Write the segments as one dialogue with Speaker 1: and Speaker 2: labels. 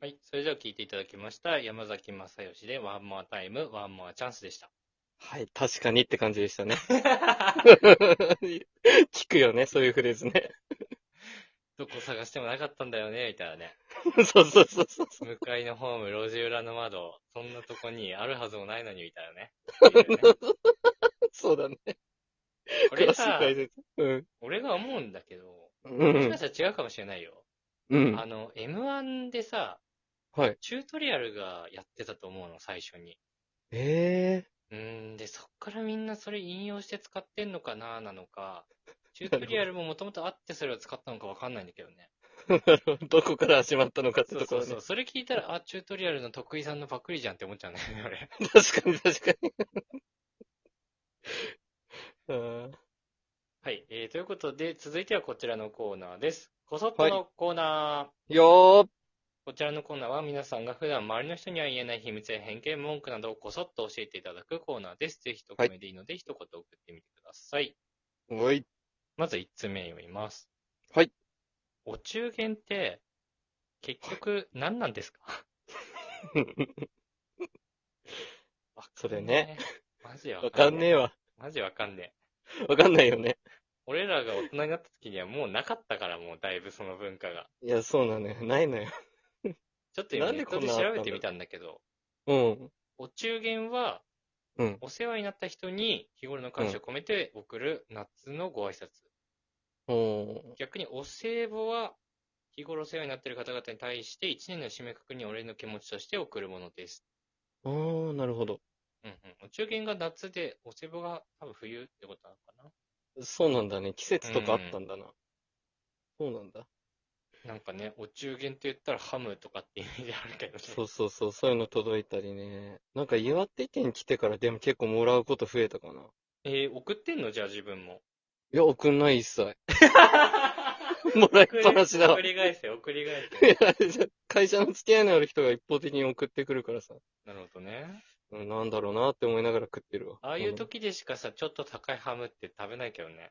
Speaker 1: はい。それでは聞いていただきました。山崎正義でワンモアタイム、ワンモアチャンスで した。
Speaker 2: はい、確かにって感じ でしたね。聞くよね、そういうフレーズね。
Speaker 1: どこ探してもなかったんだよね、みたいなね。
Speaker 2: そうそうそうそうそう。
Speaker 1: 向かいのホーム、路地裏の窓、そんなとこにあるはずもないのに、みたいな ね。
Speaker 2: そうだね。
Speaker 1: これさ、
Speaker 2: 詳しい解説うん。
Speaker 1: 俺が思うんだけど、
Speaker 2: う
Speaker 1: もしか
Speaker 2: ん。
Speaker 1: したら違うかもしれないよ。
Speaker 2: う
Speaker 1: あ
Speaker 2: ん。
Speaker 1: の、M1 でさ、
Speaker 2: はい。
Speaker 1: チュートリアルがやってたと思うの、最初に。
Speaker 2: え
Speaker 1: うーん、で、そっからみんなそれ引用して使ってんのかな、なのか、チュー
Speaker 2: ー、な
Speaker 1: ト
Speaker 2: る
Speaker 1: リアルももともとあってそれを使ったのかわかんないんだけどね。
Speaker 2: ほど。なるほ ど。どこから始まったのかって
Speaker 1: そう
Speaker 2: とこ
Speaker 1: そう
Speaker 2: ろ
Speaker 1: そ
Speaker 2: ね。
Speaker 1: う。それ聞いたら、あ、チュートリアルの得意さんのパクリじゃんって思っちゃうんだよね、 俺。
Speaker 2: 確かに確かに。 うん
Speaker 1: はい。えー、ということで、続いてはこちらのコーナーです。こそっと
Speaker 2: は
Speaker 1: の
Speaker 2: い。
Speaker 1: コーナー。
Speaker 2: よー。
Speaker 1: こちらのコーナーは皆さんが普段周りの人には言えない秘密や偏見、文句などをこそっと教えていただくコーナーです。ぜひ匿
Speaker 2: はい。
Speaker 1: 名でいいので一言送ってみてください。
Speaker 2: おい。
Speaker 1: まず1つ目読みます。
Speaker 2: はい。
Speaker 1: お中元って結局何なん ですかわ
Speaker 2: そ
Speaker 1: か
Speaker 2: れ
Speaker 1: ん
Speaker 2: ね。
Speaker 1: ねえ。マジわ
Speaker 2: わ
Speaker 1: か
Speaker 2: か
Speaker 1: ん
Speaker 2: ん
Speaker 1: ね
Speaker 2: ねえわ。
Speaker 1: え。マジわかんねえ。
Speaker 2: わかんないよね。
Speaker 1: 俺らが大人になった時にはもうなかったからもうだいぶその文化が。
Speaker 2: いや、そうなのよ。ないのよ。
Speaker 1: ちょっと今
Speaker 2: なん
Speaker 1: ネッ
Speaker 2: で
Speaker 1: ト
Speaker 2: こん
Speaker 1: で
Speaker 2: な
Speaker 1: 調
Speaker 2: ん
Speaker 1: べ
Speaker 2: あった
Speaker 1: て
Speaker 2: んだ
Speaker 1: み
Speaker 2: ろ
Speaker 1: たんだけど、
Speaker 2: う。うん。
Speaker 1: お中元は
Speaker 2: うん。
Speaker 1: お世話になった人に日頃の
Speaker 2: う
Speaker 1: 感謝
Speaker 2: ん。
Speaker 1: を込めて送る夏のご挨拶。
Speaker 2: お
Speaker 1: 逆にお歳暮は日頃お世話になっている方々に対して一年の締めくくりにお礼の気持ちとして送るものです。
Speaker 2: ー。おー、なるほど。
Speaker 1: うんうん。お中元が夏で、お歳暮が多分冬ってことなのか
Speaker 2: そうなんだね。季
Speaker 1: な
Speaker 2: 節
Speaker 1: う
Speaker 2: とかあった
Speaker 1: ん
Speaker 2: んだな。そうなんだ。
Speaker 1: うん。なんかね、お中元って言ったらハムとかってイメージあるけどね。
Speaker 2: そうそうそう、そういうの届いたりね。なんか岩手県来てからでも結構もらうこと増えたかな。
Speaker 1: えー、送ってんのじゃあ自分も。
Speaker 2: いや、送んない一 切。も らいっ
Speaker 1: 送
Speaker 2: ぱ
Speaker 1: り、
Speaker 2: なしだわ。
Speaker 1: 送り返せ、送り返
Speaker 2: い
Speaker 1: せ。
Speaker 2: や会社の付き合いのある人が一方的に送ってくるからさ。
Speaker 1: なるほどね。
Speaker 2: うんなんだろうなって思いながら食ってるわ。
Speaker 1: ああ
Speaker 2: う。
Speaker 1: いうん時でしかさ、ちょっと高いハムって食べないけどね。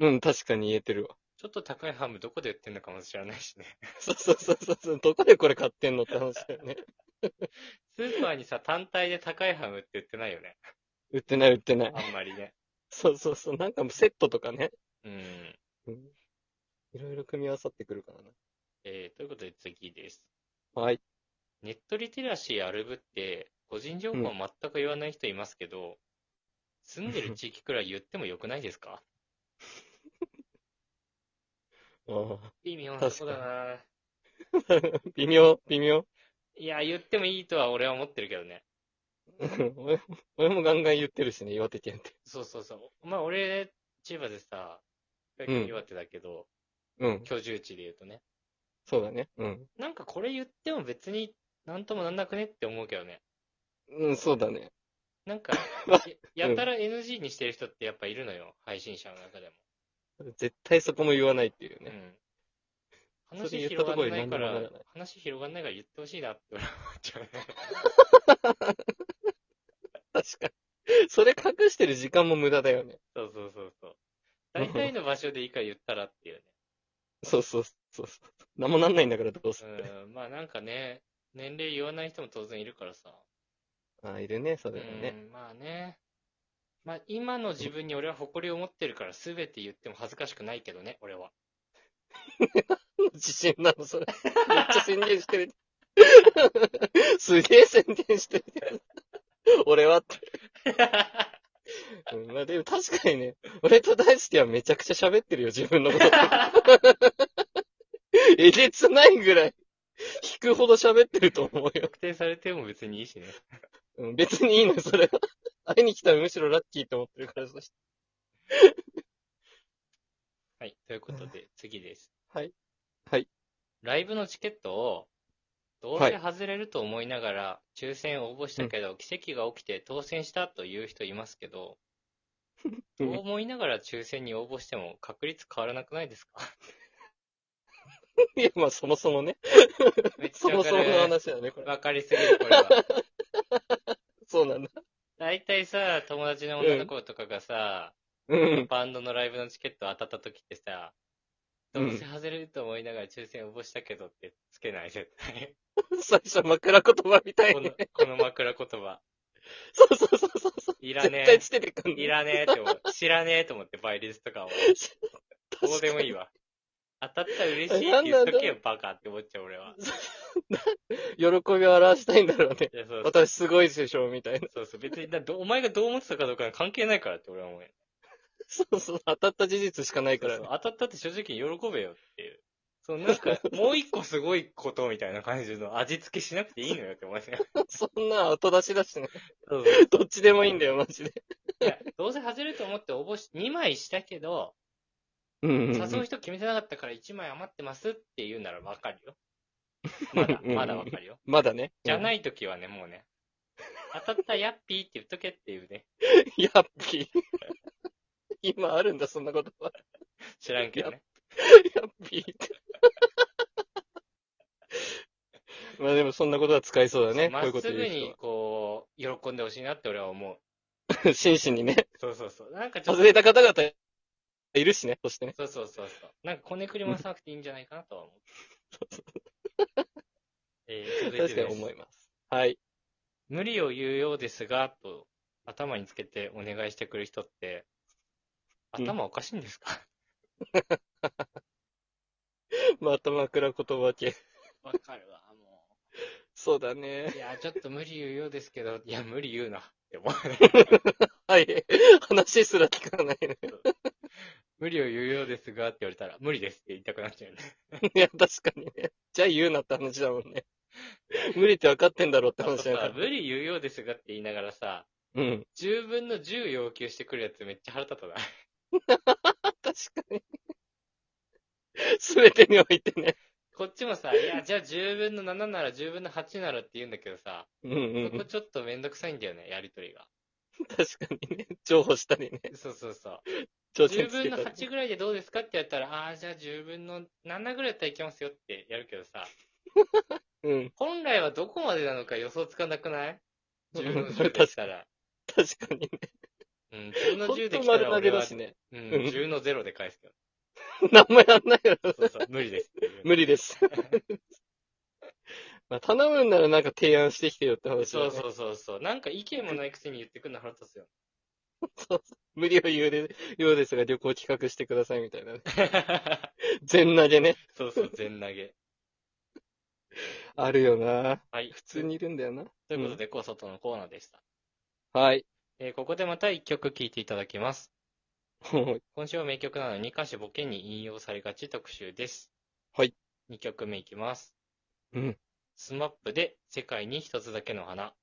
Speaker 2: うん、確かに言えてるわ。
Speaker 1: ちょっと高いハムどこで売ってんのかも知らないしね。
Speaker 2: そうそうそうそうそう、どこでこれ買ってんのって話だよね。
Speaker 1: スーパーにさ、単体で高いハムって売ってないよね。
Speaker 2: 売ってない売ってない。
Speaker 1: あんまりね。
Speaker 2: そうそうそう、なんかセットとかね。
Speaker 1: うん。
Speaker 2: うん、いろいろ組み合わさってくるからな。
Speaker 1: えー、ということで次です。
Speaker 2: はい。
Speaker 1: ネットリテラシーあるぶって、個人情
Speaker 2: う
Speaker 1: 報
Speaker 2: ん。
Speaker 1: を全く言わない人いますけど、住んでる地域くらい言ってもよくないですか
Speaker 2: ああ、
Speaker 1: 微妙なと
Speaker 2: 確
Speaker 1: こ
Speaker 2: か
Speaker 1: だ
Speaker 2: に。
Speaker 1: な
Speaker 2: 微妙、微妙。
Speaker 1: いや、言ってもいいとは俺は思ってるけどね。
Speaker 2: うん 俺も、俺もガンガン言ってるしね、岩手県って。
Speaker 1: そうそうそう。まあ俺、千葉でさ、
Speaker 2: うん、
Speaker 1: 岩手だけど、
Speaker 2: うん、
Speaker 1: 居住地で言うとね。
Speaker 2: そうだね。うん。
Speaker 1: なんかこれ言っても別になんともなんなくねって思うけどね。
Speaker 2: うん、そうだね。
Speaker 1: なん か、や、
Speaker 2: う
Speaker 1: やた
Speaker 2: ん。
Speaker 1: ら NG にしてる人ってやっぱいるのよ。配信者の中でも。
Speaker 2: 絶対そこも言わないっていう
Speaker 1: う
Speaker 2: ね。
Speaker 1: ん。
Speaker 2: そ
Speaker 1: 話
Speaker 2: れ言った
Speaker 1: 広
Speaker 2: と
Speaker 1: が
Speaker 2: こ
Speaker 1: ん
Speaker 2: ろで
Speaker 1: ない
Speaker 2: 何
Speaker 1: か
Speaker 2: にも
Speaker 1: ら、
Speaker 2: ならない。
Speaker 1: 話広がんないから言ってほしいなって俺は思っちゃ うね。
Speaker 2: 確かに。それ隠してる時間も無駄だよね。
Speaker 1: そうそうそうそう。
Speaker 2: う
Speaker 1: 大体
Speaker 2: ん。
Speaker 1: の場所でいいから言ったらっていうね。
Speaker 2: そうそうそうそう。何もなんないんだからどうせ。
Speaker 1: うん、まあなんかね、年齢言わない人も当然いるからさ。
Speaker 2: ああ、いるね、そうれはね。
Speaker 1: ん、まあね。まあ今の自分に俺は誇りを持ってるから全て言っても恥ずかしくないけどね、 俺は。
Speaker 2: 自信なの、それ。めっちゃ宣言してる。 すげえ宣言してる。俺はって。うん、まあでも確かにね、俺と大輔はめちゃくちゃ喋ってるよ、自分のこと。えげつないぐらい、引くほど喋ってると思うよ。
Speaker 1: 特定されても別にいいしね。
Speaker 2: うん、別にいいのよ、それ は。会いに来たらむしろラッキーと思ってるから、そして
Speaker 1: はい、というこ
Speaker 2: うん
Speaker 1: とで次です。
Speaker 2: はい、はい、
Speaker 1: ライブのチケットをどう
Speaker 2: は
Speaker 1: せ
Speaker 2: い。
Speaker 1: 外れると思いながら抽選応募し
Speaker 2: う
Speaker 1: た
Speaker 2: ん、
Speaker 1: けど奇跡が起きて当選したという人いますけど、
Speaker 2: う。
Speaker 1: そうん思いながら抽選に応募しても確率変わらなくないです か
Speaker 2: いや、まあ、そもそもね。
Speaker 1: めっ
Speaker 2: そ
Speaker 1: ちゃわ
Speaker 2: も
Speaker 1: か
Speaker 2: そもの
Speaker 1: る。
Speaker 2: 話だね、これ。
Speaker 1: わかりすぎる、これは。
Speaker 2: そうなんだ。
Speaker 1: だいたいさ、友達の
Speaker 2: う
Speaker 1: 女の
Speaker 2: ん、
Speaker 1: 子とかがさ、
Speaker 2: う
Speaker 1: その
Speaker 2: ん、
Speaker 1: バンドのライブのチケット当たった時ってさ、どうせ外れると思いながら抽選応募したけどってつけない、絶対。
Speaker 2: 最初枕言葉みたい
Speaker 1: こ
Speaker 2: に
Speaker 1: の
Speaker 2: ね。、
Speaker 1: この枕言葉。
Speaker 2: そうそうそうそうそう。
Speaker 1: いら
Speaker 2: 絶
Speaker 1: ね
Speaker 2: 対捨ててくん
Speaker 1: え。い
Speaker 2: ね。
Speaker 1: らねえって思う。知らねえと思って、倍率とかを。どうでもいいわ。当たったら嬉しいって言っとけよ、バカって思っちゃう、俺は。
Speaker 2: 喜びを表したいんだろうね。
Speaker 1: いや、そうそう。
Speaker 2: 私すごいでしょ、みたいな。
Speaker 1: そうそう。別にだど、お前がどう思ってたかどうか関係ないからって俺は思うよ。
Speaker 2: そうそう。当たった事実しかない
Speaker 1: そ
Speaker 2: か
Speaker 1: う
Speaker 2: ら
Speaker 1: そう
Speaker 2: ね。
Speaker 1: 当たったって正直に喜べよっていう。そう、なん か、もう一個すごいことみたいな感じの味付けしなくていいのよって思いながら。
Speaker 2: そんな後出しだしね。
Speaker 1: そうそう。
Speaker 2: どっちでもいいんだよ、マジで。
Speaker 1: い や、どうせ外れると思って応募し、2枚したけど、
Speaker 2: うんうんうん。
Speaker 1: 誘う人決めてなかったから1枚余ってますって言うならわかる よ。まだ、まだわかるよ。
Speaker 2: まだね。
Speaker 1: じゃ
Speaker 2: い。
Speaker 1: ない時はね、もうね、当たったヤッピーって言っとけっていうね。
Speaker 2: ヤッピー。 今あるんだ、そんな言葉。
Speaker 1: 知らんけどね。
Speaker 2: ヤッピーって。 まあでもそんなことは使いそうだね。こ
Speaker 1: ま
Speaker 2: うい
Speaker 1: っ
Speaker 2: うこと
Speaker 1: す
Speaker 2: 言
Speaker 1: ぐ
Speaker 2: う人
Speaker 1: に、こう、喜んでほしいなって俺は思う。
Speaker 2: は。 真摯にね。
Speaker 1: そうそうそう。なんかちょっ
Speaker 2: 外
Speaker 1: と、
Speaker 2: れた方々いるしね、そしてね。
Speaker 1: そうそうそうそう。なんかこねくり回さなくていいんじゃないかなとは思う。 えー、続いて
Speaker 2: 確か
Speaker 1: で
Speaker 2: に
Speaker 1: す
Speaker 2: 思。います。はい。
Speaker 1: 無理を言うようですが、と頭につけてお願いしてくる人って、
Speaker 2: うん
Speaker 1: 頭おかしいんですか
Speaker 2: また枕言葉系。
Speaker 1: わ、かるわ、も
Speaker 2: そうだね
Speaker 1: う。。いや、ちょっと無理言うようですけど、いや、無理言うなって思う。
Speaker 2: はい。話すら聞かないね。
Speaker 1: 無理を言うようですがって言われたら、無理ですって言いたくなっちゃうよね。
Speaker 2: いや、確かにね。じゃあ言うなって話だもんね。無理って分かってんだろうって
Speaker 1: あと
Speaker 2: 話だか
Speaker 1: さ
Speaker 2: ら。
Speaker 1: 無理言うようですがって言いながらさ、
Speaker 2: うん。
Speaker 1: 10分の10要求してくるやつめっちゃ腹立たない。
Speaker 2: 確かに。 すべてにおいてね。
Speaker 1: こっちもさ、いや、じゃあ10分の7なら10分の8ならって言うんだけどさ、
Speaker 2: うんうん
Speaker 1: そ
Speaker 2: うん
Speaker 1: こ。ちょっとめんどくさいんだよね、やりとりが。
Speaker 2: 確かにね。譲歩したりね。
Speaker 1: そうそうそう。
Speaker 2: 条件
Speaker 1: 10
Speaker 2: つけ
Speaker 1: 分の
Speaker 2: たり。
Speaker 1: 8ぐらいでどうですかってやったら、ああー、じゃあ10分の7ぐらいだったらいけますよってやるけどさ、
Speaker 2: うん。
Speaker 1: 本来はどこまでなのか予想つかなくない ?10 分の
Speaker 2: うん
Speaker 1: 10でしたら。
Speaker 2: 確かにね。
Speaker 1: うん、10の
Speaker 2: ほん
Speaker 1: 10で
Speaker 2: と
Speaker 1: きた
Speaker 2: 丸
Speaker 1: ら
Speaker 2: 投げ
Speaker 1: 俺
Speaker 2: だ
Speaker 1: は、
Speaker 2: し ね。
Speaker 1: うん、
Speaker 2: うん
Speaker 1: 10の0で返すけ ど。
Speaker 2: 何もやんないよ。
Speaker 1: そうそう、無理ですっていう。
Speaker 2: 無理です。 まあ、頼むんならなんか提案してきてよって話だ
Speaker 1: そ
Speaker 2: ね。
Speaker 1: うそうそうそう。なんか意見もないくせに言ってくるの腹立つよ。
Speaker 2: 無理を言うでようですが、旅行企画してくださいみたいなね。 全投げね。
Speaker 1: そうそう、全投げ。
Speaker 2: あるよな。
Speaker 1: はい。
Speaker 2: 普通。にいるんだよな。
Speaker 1: ということで、こそとのコーナーでした。
Speaker 2: はい。
Speaker 1: えーここでまた1曲聴いていただきます。
Speaker 2: はい
Speaker 1: 今週は名曲なのに歌詞ボケに引用されがち特集です。
Speaker 2: はい。
Speaker 1: 2曲目いきます。
Speaker 2: うん。
Speaker 1: スマップで世界に一つだけの花。